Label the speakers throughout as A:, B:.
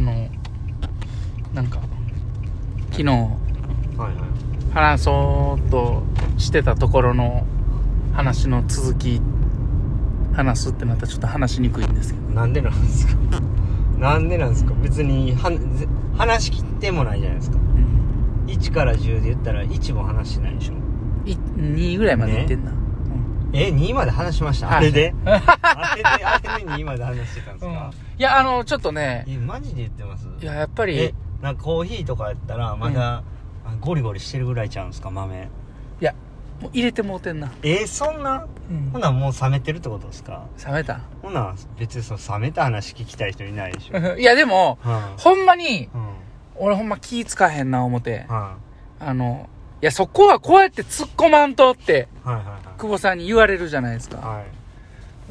A: のなんか昨日
B: はいはい
A: 話そうとしてたところの話の続き話すってなったらちょっと話しにくいんですけど
B: なんでなんですか なんでなんですか別にはぜ話し切ってもないじゃないですか
A: うん
B: 1から10で言ったら1も話してないでしょ
A: い2ぐらいまでいってんな、うん
B: え2まで話しましたあ れであれであれで2まで話してたんです
A: うん
B: か、
A: いやあのちょっとね
B: えマジで言ってます
A: いややっぱり
B: えなんかコーヒーとかやったらまだ、あゴリゴリしてるぐらいちゃうんですか豆
A: いやもう入れてもうてんな、
B: えそんな
A: うん
B: ほ、なもう冷めてるってことですか
A: 冷めた
B: ほな別にその冷めた話聞きたい人いないで しょ、はい
A: うんいやでもほんまに
B: うん
A: 俺ほんま気使えへんな思て
B: は
A: あのいやそこはこうやって突っ込まんとって
B: いはいはい
A: 久保さんに言われるじゃないですか
B: はい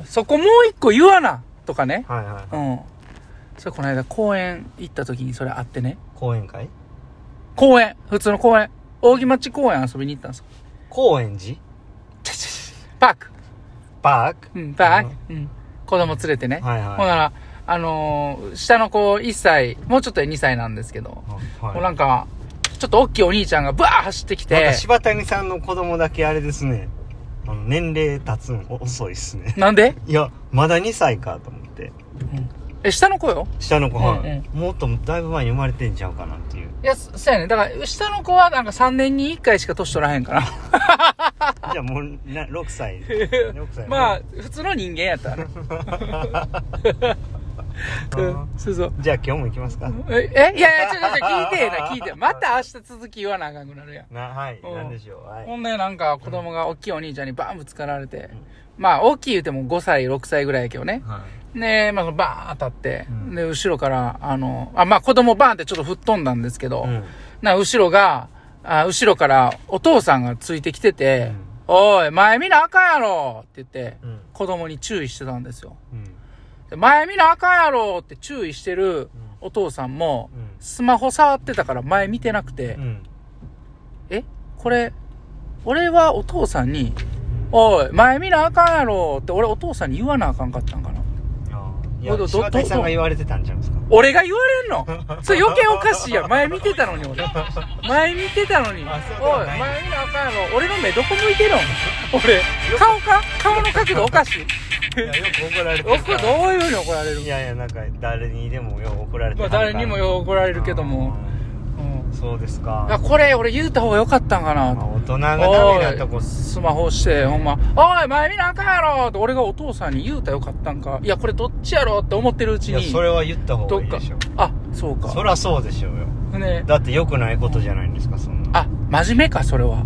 A: そこもう一個言わなとかね
B: はいはいはい
A: うんそれこの間公園行った時にそれあってね
B: 講演会
A: 公園普通の公園扇町公園遊びに行ったんですよ
B: 高円寺
A: ちょちょちょパーク
B: パーク
A: うんパークうん子供連れてね、
B: はいはい
A: ほんならあのー下の子1歳もうちょっとで2歳なんですけど、
B: はい
A: もうなんかちょっと大きいお兄ちゃんがブワー走ってきて
B: なんか柴谷さんの子供だけあれですねあの年齢経つの遅いっすね
A: なんで、
B: いやまだ2歳かと思って
A: え、下の子よ
B: 下の子は、
A: うんうん
B: もっとだいぶ前に生まれてんちゃうかなっていう
A: いや、そそうやね。だから、下の子はなんか3年に1回しか年取らへんから。
B: じゃあもうな6歳 6歳
A: まあ、普通の人間やったらね。うんそうそう。
B: じゃあ今日も行きますか
A: え、えいやいや、ちょ、ちょ、ちょ、聞いてえ な、聞いてえ。また明日続き言わなあかんくなるやん。
B: なはい
A: うん
B: なんでしょうはい
A: ほんで、なんか、子供が大きいお兄ちゃんにバーンぶつかられて。まあ、大きい言うても5歳、6歳ぐらいやけどね。
B: は
A: で、まあ、バーン当たって
B: う。ん
A: で、後ろから、あの、あ、まあ、子供バーンってちょっと吹っ飛んだんですけど
B: い、うん
A: な、後ろが、あ後ろからお父さんがついてきてて、
B: うん
A: おい、前見なあかんやろって言って、
B: うん
A: 子供に注意してたんですよ。
B: うん
A: で前見なあかんやろって注意してるお父さんも、スマホ触ってたから前見てなくて、
B: うんうん
A: えこれ、俺はお父さんに、おい、前見なあかんやろって俺お父さんに言わなあかんかったんかな。
B: あーい
A: ど
B: や
A: ど
B: 柴谷さん
A: ど
B: が言われてたんちゃうんですか
A: 俺が言われんのそれ余計おかしいやん。前見てたのに俺。前見てたのに。おい
B: あそう、
A: 前
B: ではない
A: 見なあかんやろ。俺の目どこ向いてるの俺、顔か顔の角度おか しい。
B: いやよく怒られてる
A: 僕
B: から
A: どういうふうに怒られる
B: いやいやなんか誰にでもよう怒られて
A: まあ
B: はるから
A: 誰にもよう怒られるけども。うん
B: あーそうですか
A: あ、これ俺言うた方がよかったんか
B: まあ
A: な。
B: 大人がダメなと
A: お
B: こ
A: い、スマホして、ほんま、おい、前見なあかんやろって俺がお父さんに言うたらよかったんか。いや、これどっちやろって思ってるう
B: い
A: ち
B: や
A: に。
B: それは言った方
A: ど
B: が
A: っ
B: いい
A: か
B: でしょ。
A: あ、そうか。
B: そりゃそうでしょうよ
A: ね。
B: だって良くないことじゃないですかそんな
A: あ、真面目か、それは。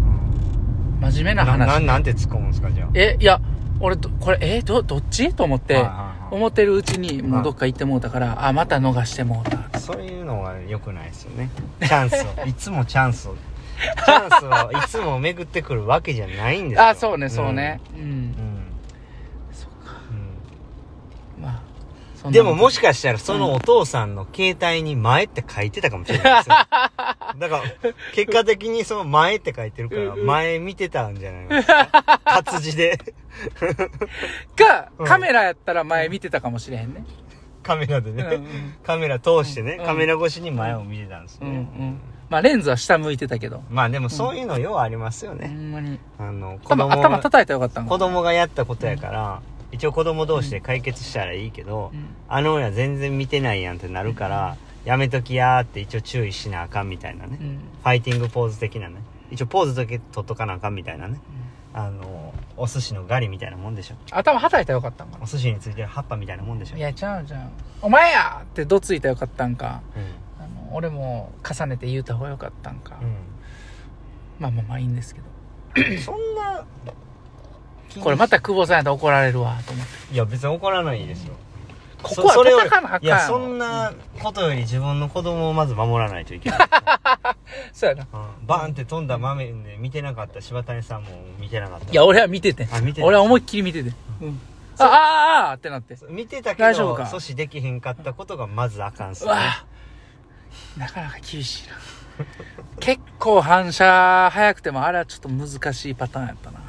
A: 真面目な
B: な
A: 話
B: な。なんて突っ込むんですかじゃあ
A: え、いや、俺ど、これ、えど、どっちと思って、
B: はいはいはい
A: 思ってるうちに、も
B: は
A: う
B: い
A: どっか行ってもうたから、あ、また逃してもうた。
B: そういうのは良くないですよねチャンスを いつもチャンスをチャンスはいつも巡ってくるわけじゃないんですよ
A: あ、そうね、そうね。うん。
B: うん、うん
A: そっか。
B: うん
A: まあ、そんな
B: でももしかしたらそのお父さんの携帯に前って書いてたかもしれない ですよ。だから、結果的にその前って書いてるから、前見てたんじゃないですか。活 字で、
A: が、
B: うん
A: カメラやったら前見てたかもしれへんね。
B: カメラで
A: うん。う
B: ね、
A: ん
B: カメラ通してね、
A: うん
B: カメラ越しに前を見てたんです
A: う
B: ね。
A: ん。うんまあ、レンズは下向いてたけど。
B: まあでもそういうのようありますよ
A: ほ
B: ね。
A: んまに。
B: あの、子
A: 頭、
B: 供
A: 頭
B: が、
A: 叩いたらよかったん
B: 子
A: か。
B: 供がやったことやから、一応子供同士で解決したらいいけど
A: う、ん
B: あの親全然見てないやんってなるから、やめときやーって一応注意しなあかんみたいなね
A: う。ん。
B: ファイティングポーズ的なね一応ポーズだけ取っとかなあかんみたいなねあのお寿司のガリみたいなもんでしょ
A: 頭叩いたらよかったんか
B: お寿司についてる葉っぱみたいなもんでしょ
A: な。いや、ちゃうちゃう。お前やってどついたらよかったんか。
B: う
A: あの俺も重ねて言うた方がよかったんか。
B: ん、
A: まあまあまあいいんですけど。
B: うん、そんな
A: これまた久保さんやったら怒られるわと思って
B: いや別に怒らないですよ
A: ここは
B: そそれより
A: 戦わなあかん
B: いやそんなことより自分の子供をまず守らないといけない、
A: そうやな
B: うん、バーンって飛んだ場面で見てなかった柴谷さんも見てなかった
A: いや俺は見てて
B: あ見てた
A: 俺は思いっきり見てて、うん、ああああってなって
B: 見てたけ
A: 大丈夫
B: ど
A: か
B: 阻止できへんかったことがまずあかんっす
A: う
B: ね
A: わあなかなか厳しいな結構反射早くてもあれはちょっと難しいパターンやったな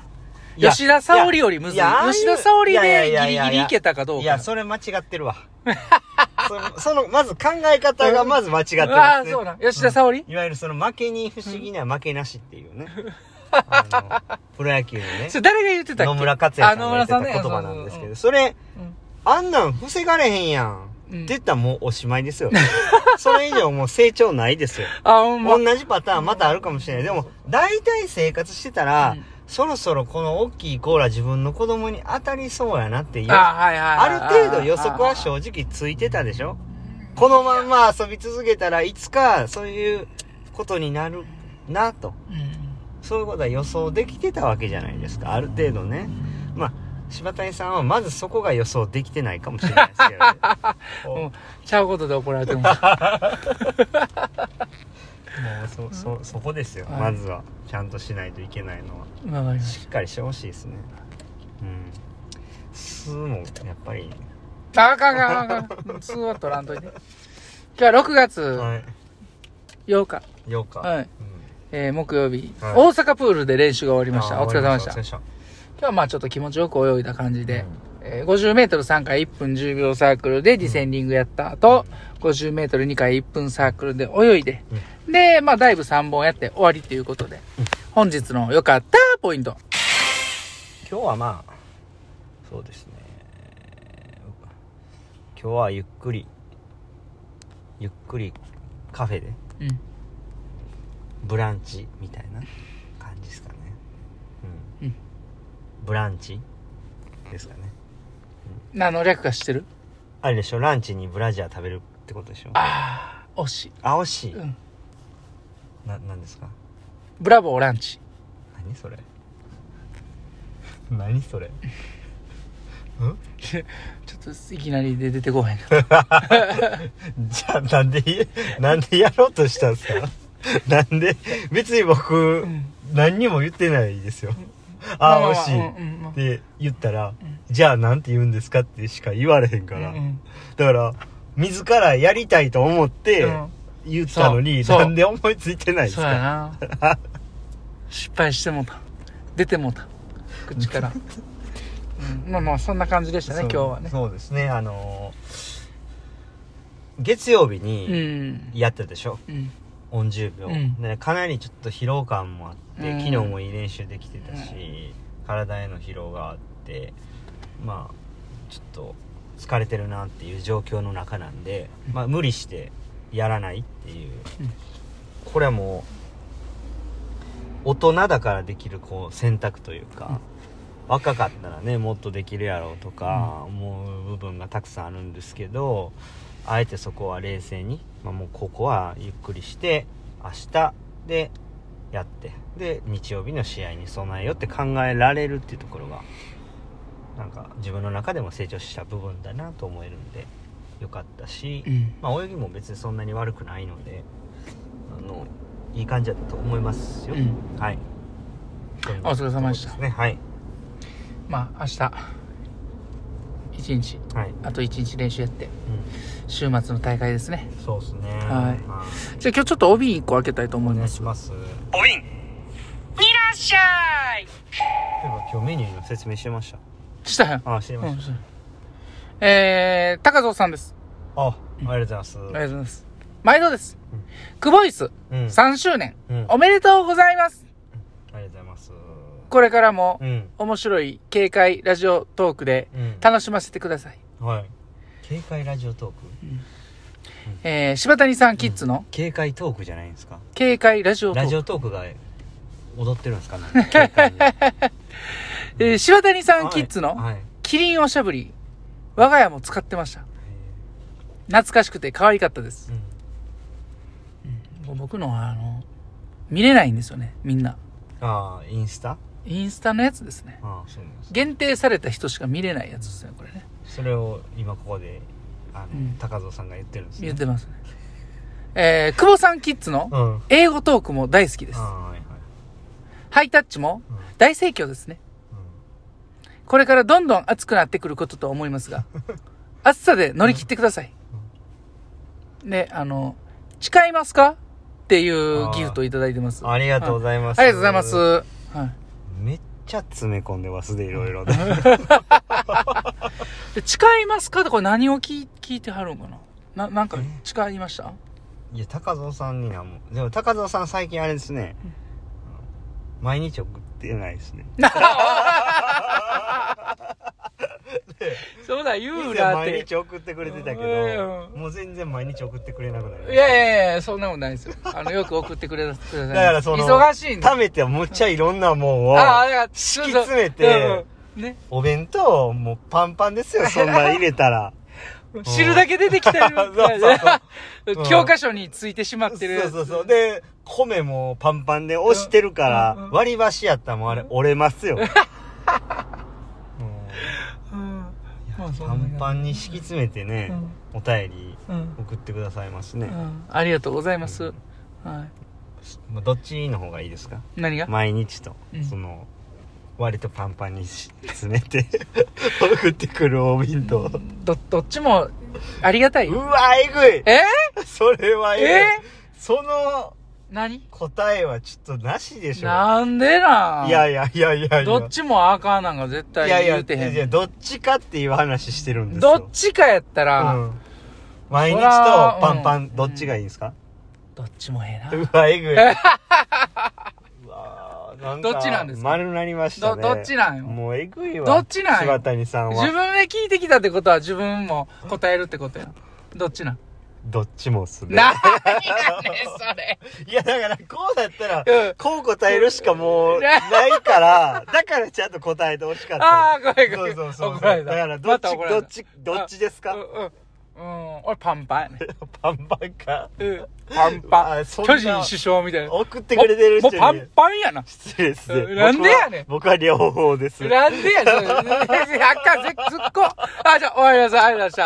A: い
B: や
A: 吉田沙保里よりむずい
B: やああいう
A: 吉田沙保里
B: いやい
A: で
B: や
A: い
B: い
A: ギ
B: や
A: リギリいけたかどう
B: い
A: か
B: やそれ間違ってるわそその、まず考え方がまず間違って
A: あ
B: ま
A: あ、
B: すね
A: そう。なん。吉田沙保里、
B: いわゆるその負けに不思議な負けなしっていうね。あのプロ野球のね
A: そ、れ誰が言ってたっけ
B: 野村克也さんが言ってた
A: あ野村
B: 言葉
A: さ
B: なん
A: ね
B: んですけど、それ、
A: そうそう
B: あんなん防がれへんやん。
A: うん
B: って言ったらもうおしまいですよ。 それ以上もう成長ないですよ。
A: あ、ほんま。
B: 同じパターンまたあるかもしれない。でも、大体生活してたら、
A: うん
B: そろそろこの大きいコーラ自分の子供に当たりそうやなっていう。
A: あ、はいはいはい。
B: ある程度予測は
A: ょ
B: 正直ついてたでしょこのまんま遊び続けたらいつかそういうことになるなと。そういうことは予想できてたわけじゃないですか。ある程度ね。まあ、柴谷さんはまずそこが予想できてないかもしれないですけ ど、ねこう
A: うん。ちゃうことで怒られて も。
B: もうそ、そ、そこですよ。
A: はい
B: まずは。ちゃんとしないといけないのは。
A: わかりまし
B: しっかりしてほしいですね。うん。すも、やっぱり。
A: た。あかんあかんあかんあかん。通は取らんといて。今日は6月
B: はい。
A: 8日、
B: ようか。
A: はい
B: うん
A: えー木曜日、
B: はい
A: 大阪プールで練習が終わりました。
B: あ
A: お疲れ様でした。
B: 終わりました。
A: 今日はまあちょっと気持ちよく泳いだ感じで、
B: うん
A: えー50メートル3回1分10秒サークルでディセンディングやった後、50メートル2回1分サークルで泳いで、で、まあダイブ3本やって終わりということで、本日の良かったポイント。
B: 今日はまあ、そうですね。今日はゆっくり、ゆっくりカフェで、
A: うん。
B: ブランチみたいな感じですかね。うん。
A: うん
B: ブランチですかね。
A: 何の略か知ってる
B: あれでしょ、ランチにブラジャー食べるってことでしょ。
A: ああ、惜しい。
B: あ、惜しい。
A: うん
B: な、なんですか
A: ブラボーランチ。
B: 何そ れ何それ
A: ちょっといきなりで出てこへんかった。
B: じゃあなんでいなんでやろうとしたんですか なんで別に僕、
A: ん
B: 何にも言ってないですよ、
A: ま
B: あ
A: ま
B: あ
A: ま
B: 惜しい、
A: うんうんまあ
B: で言ったら、じゃあなんて言うんですかってしか言われへんから、
A: うんうん
B: だから自らやりたいと思って
A: うん
B: 言ったのに、
A: そうそう
B: なんで思いついてないです
A: そうや
B: か
A: な 失敗してもうた出てもうた口 から、うん、まあまあそんな感じでしたね
B: そう
A: 今日はね
B: そうですねあのー月曜日
A: う
B: に
A: ん
B: やってたでしょ、
A: うん
B: 音10秒、
A: うん
B: でかなりちょっと疲労感もあって、
A: うん
B: 昨日もいい練習できてたし、体への疲労があってまあちょっと疲れてるなっていう状況の中なんで、まあ、無理してやらないっていう、
A: うん
B: これはもう大人だからできるこう選択というか、若かったらねもっとできるやろうとか思う部分がたくさんあるんですけどあえてそこは冷静に、まあ、もうここはゆっくりして明日でやってで日曜日の試合に備えようって考えられるっていうところがなんか自分の中でも成長した部分だなと思えるんでよかったし、
A: うん
B: まあ、泳ぎも別にそんなに悪くないのであのいい感じだったと思いますよ、
A: うん
B: はい
A: お疲れ様でした
B: そうすねはい
A: まあ明日一日
B: はい、
A: あと一日練習やって
B: う
A: 週末の大会ですね
B: ん、そうですね
A: はい
B: まあ
A: じゃあ今日ちょっと帯1個開けたいと思い
B: お願
A: ま
B: い
A: す
B: します例え
A: おびいらっしゃい
B: ば今日メニューの説明してました
A: したやん
B: あ知りま
A: う
B: し
A: ん
B: た、
A: そうえー、高蔵さんです
B: あありがとうございます
A: ありがとうございます毎度です久保イス
B: うん
A: 3周年
B: うん
A: おめでとうございます
B: ありがとうございます
A: これからも
B: うん
A: 面白い警戒ラジオトークで
B: うん
A: 楽しませてください。
B: はい警戒ラジオトーク
A: えー、柴谷さんキッズの
B: 警戒トークじゃないんですか
A: 警戒ラジオト
B: ラジ
A: ーク。
B: オトークが踊ってるんですかね 警戒に
A: えー、柴谷さんキッズの
B: はいはい
A: キリンおしゃぶり、我が家も使ってました。懐かしくて可愛かったです。
B: うん
A: 僕のは、あの、見れないんですよね、みんな。
B: ああインスタ
A: インスタのやつですね。
B: ああそうなんです
A: 限定された人しか見れないやつですね、これね。
B: それを今ここであの、
A: うん
B: 高蔵さんが言ってるんですね
A: 言ってますね。えー、久保さんキッズの
B: うん
A: 英語トークも大好きです
B: あ。あはいはい
A: ハイタッチも
B: うん
A: 大盛況ですね。これからどんどん暑くなってくることと思いますが、暑さで乗り切ってください。で、あの、誓いますかっていうギフトいただいてます。
B: うんありがとうございます、
A: ありがとうございます。は
B: めっちゃ詰め込んでますでいろいろ
A: い。で、誓いますかってこれ何を聞い聞いてはるんかなななんか誓いました
B: いや高蔵さんにはもうでも高蔵さん最近あれですね、毎日送ってないですね
A: そうだ言
B: 以
A: う
B: 前
A: なっ
B: 毎
A: て
B: 日送ってくれてたけど、もう全然毎日送ってくれなくなりました
A: いやいやいやそんなことないですよあのよく送ってくれください
B: だからその
A: 忙しいんで
B: 食べてむっちゃいろんなもんを
A: ああだから
B: 敷き詰めて
A: うんね
B: お弁当もうパンパンですよそんなん入れたら
A: 汁だけ出てきたり
B: そう そう そう
A: 教科書についてしま
B: そ
A: っ
B: う
A: てる
B: そうそうで米もパンパンで押してるから、
A: うんうん
B: 割り箸やったらもうあれ折れます よもう
A: うんまあそんな
B: パ
A: 感じ
B: ンパンに敷き詰めてね、お便り
A: うんうん
B: 送ってくださいますね
A: う、んありがとうございます
B: うん
A: はい
B: まあどっちの方がいいですか
A: 何が
B: 毎日と、
A: うん
B: その割とパンパンにし詰め て送ってくるお弁当、
A: どどっちもありがたいう
B: わえぐい
A: え
B: それはえぐい、
A: え
B: その
A: 何
B: 答えはちょっとなしでしょ
A: なんでなん
B: いやいやいやいやいや
A: どっちもあかんなんか絶対
B: いやいや
A: 言うてへん
B: いやどっちかっていう話してるんです
A: ど
B: よ
A: っちかやったら、
B: うん毎日と
A: そら
B: パンパン、
A: うん
B: どっちがいいんですか、
A: どっちもええ
B: う
A: な
B: わえぐいうわなんか
A: どっちなんですか
B: 丸なりました
A: ど
B: ね
A: どっちなんよ
B: もうえぐいわ
A: どっちなんよ
B: 柴谷さん
A: 自
B: は
A: 分で聞いてきたってことは自分も答えるってことやどっちなん
B: どっちもする
A: 何やねんそれ
B: いやだからこうだったら
A: うん
B: こう答えるしかもうないから だからちゃんと答えてほしかった
A: ああごめんご
B: そ
A: め
B: うんそうそう
A: 怒られた
B: だからどっ
A: ま
B: ち、
A: た怒ら
B: ど
A: れ
B: ったちどっちですか、
A: うんうん、うん、俺パンパンやね
B: パンパンか
A: うんパン
B: あ
A: パン
B: そ
A: 巨
B: んな
A: 人首相みたいな
B: 送ってくれてる人
A: もうパ
B: に
A: ンパンやな
B: 失礼ですね
A: なんでやねん
B: 僕は僕は両方です
A: なんでやそれあかんぜずっこあじゃあ終わりましたありがとうございました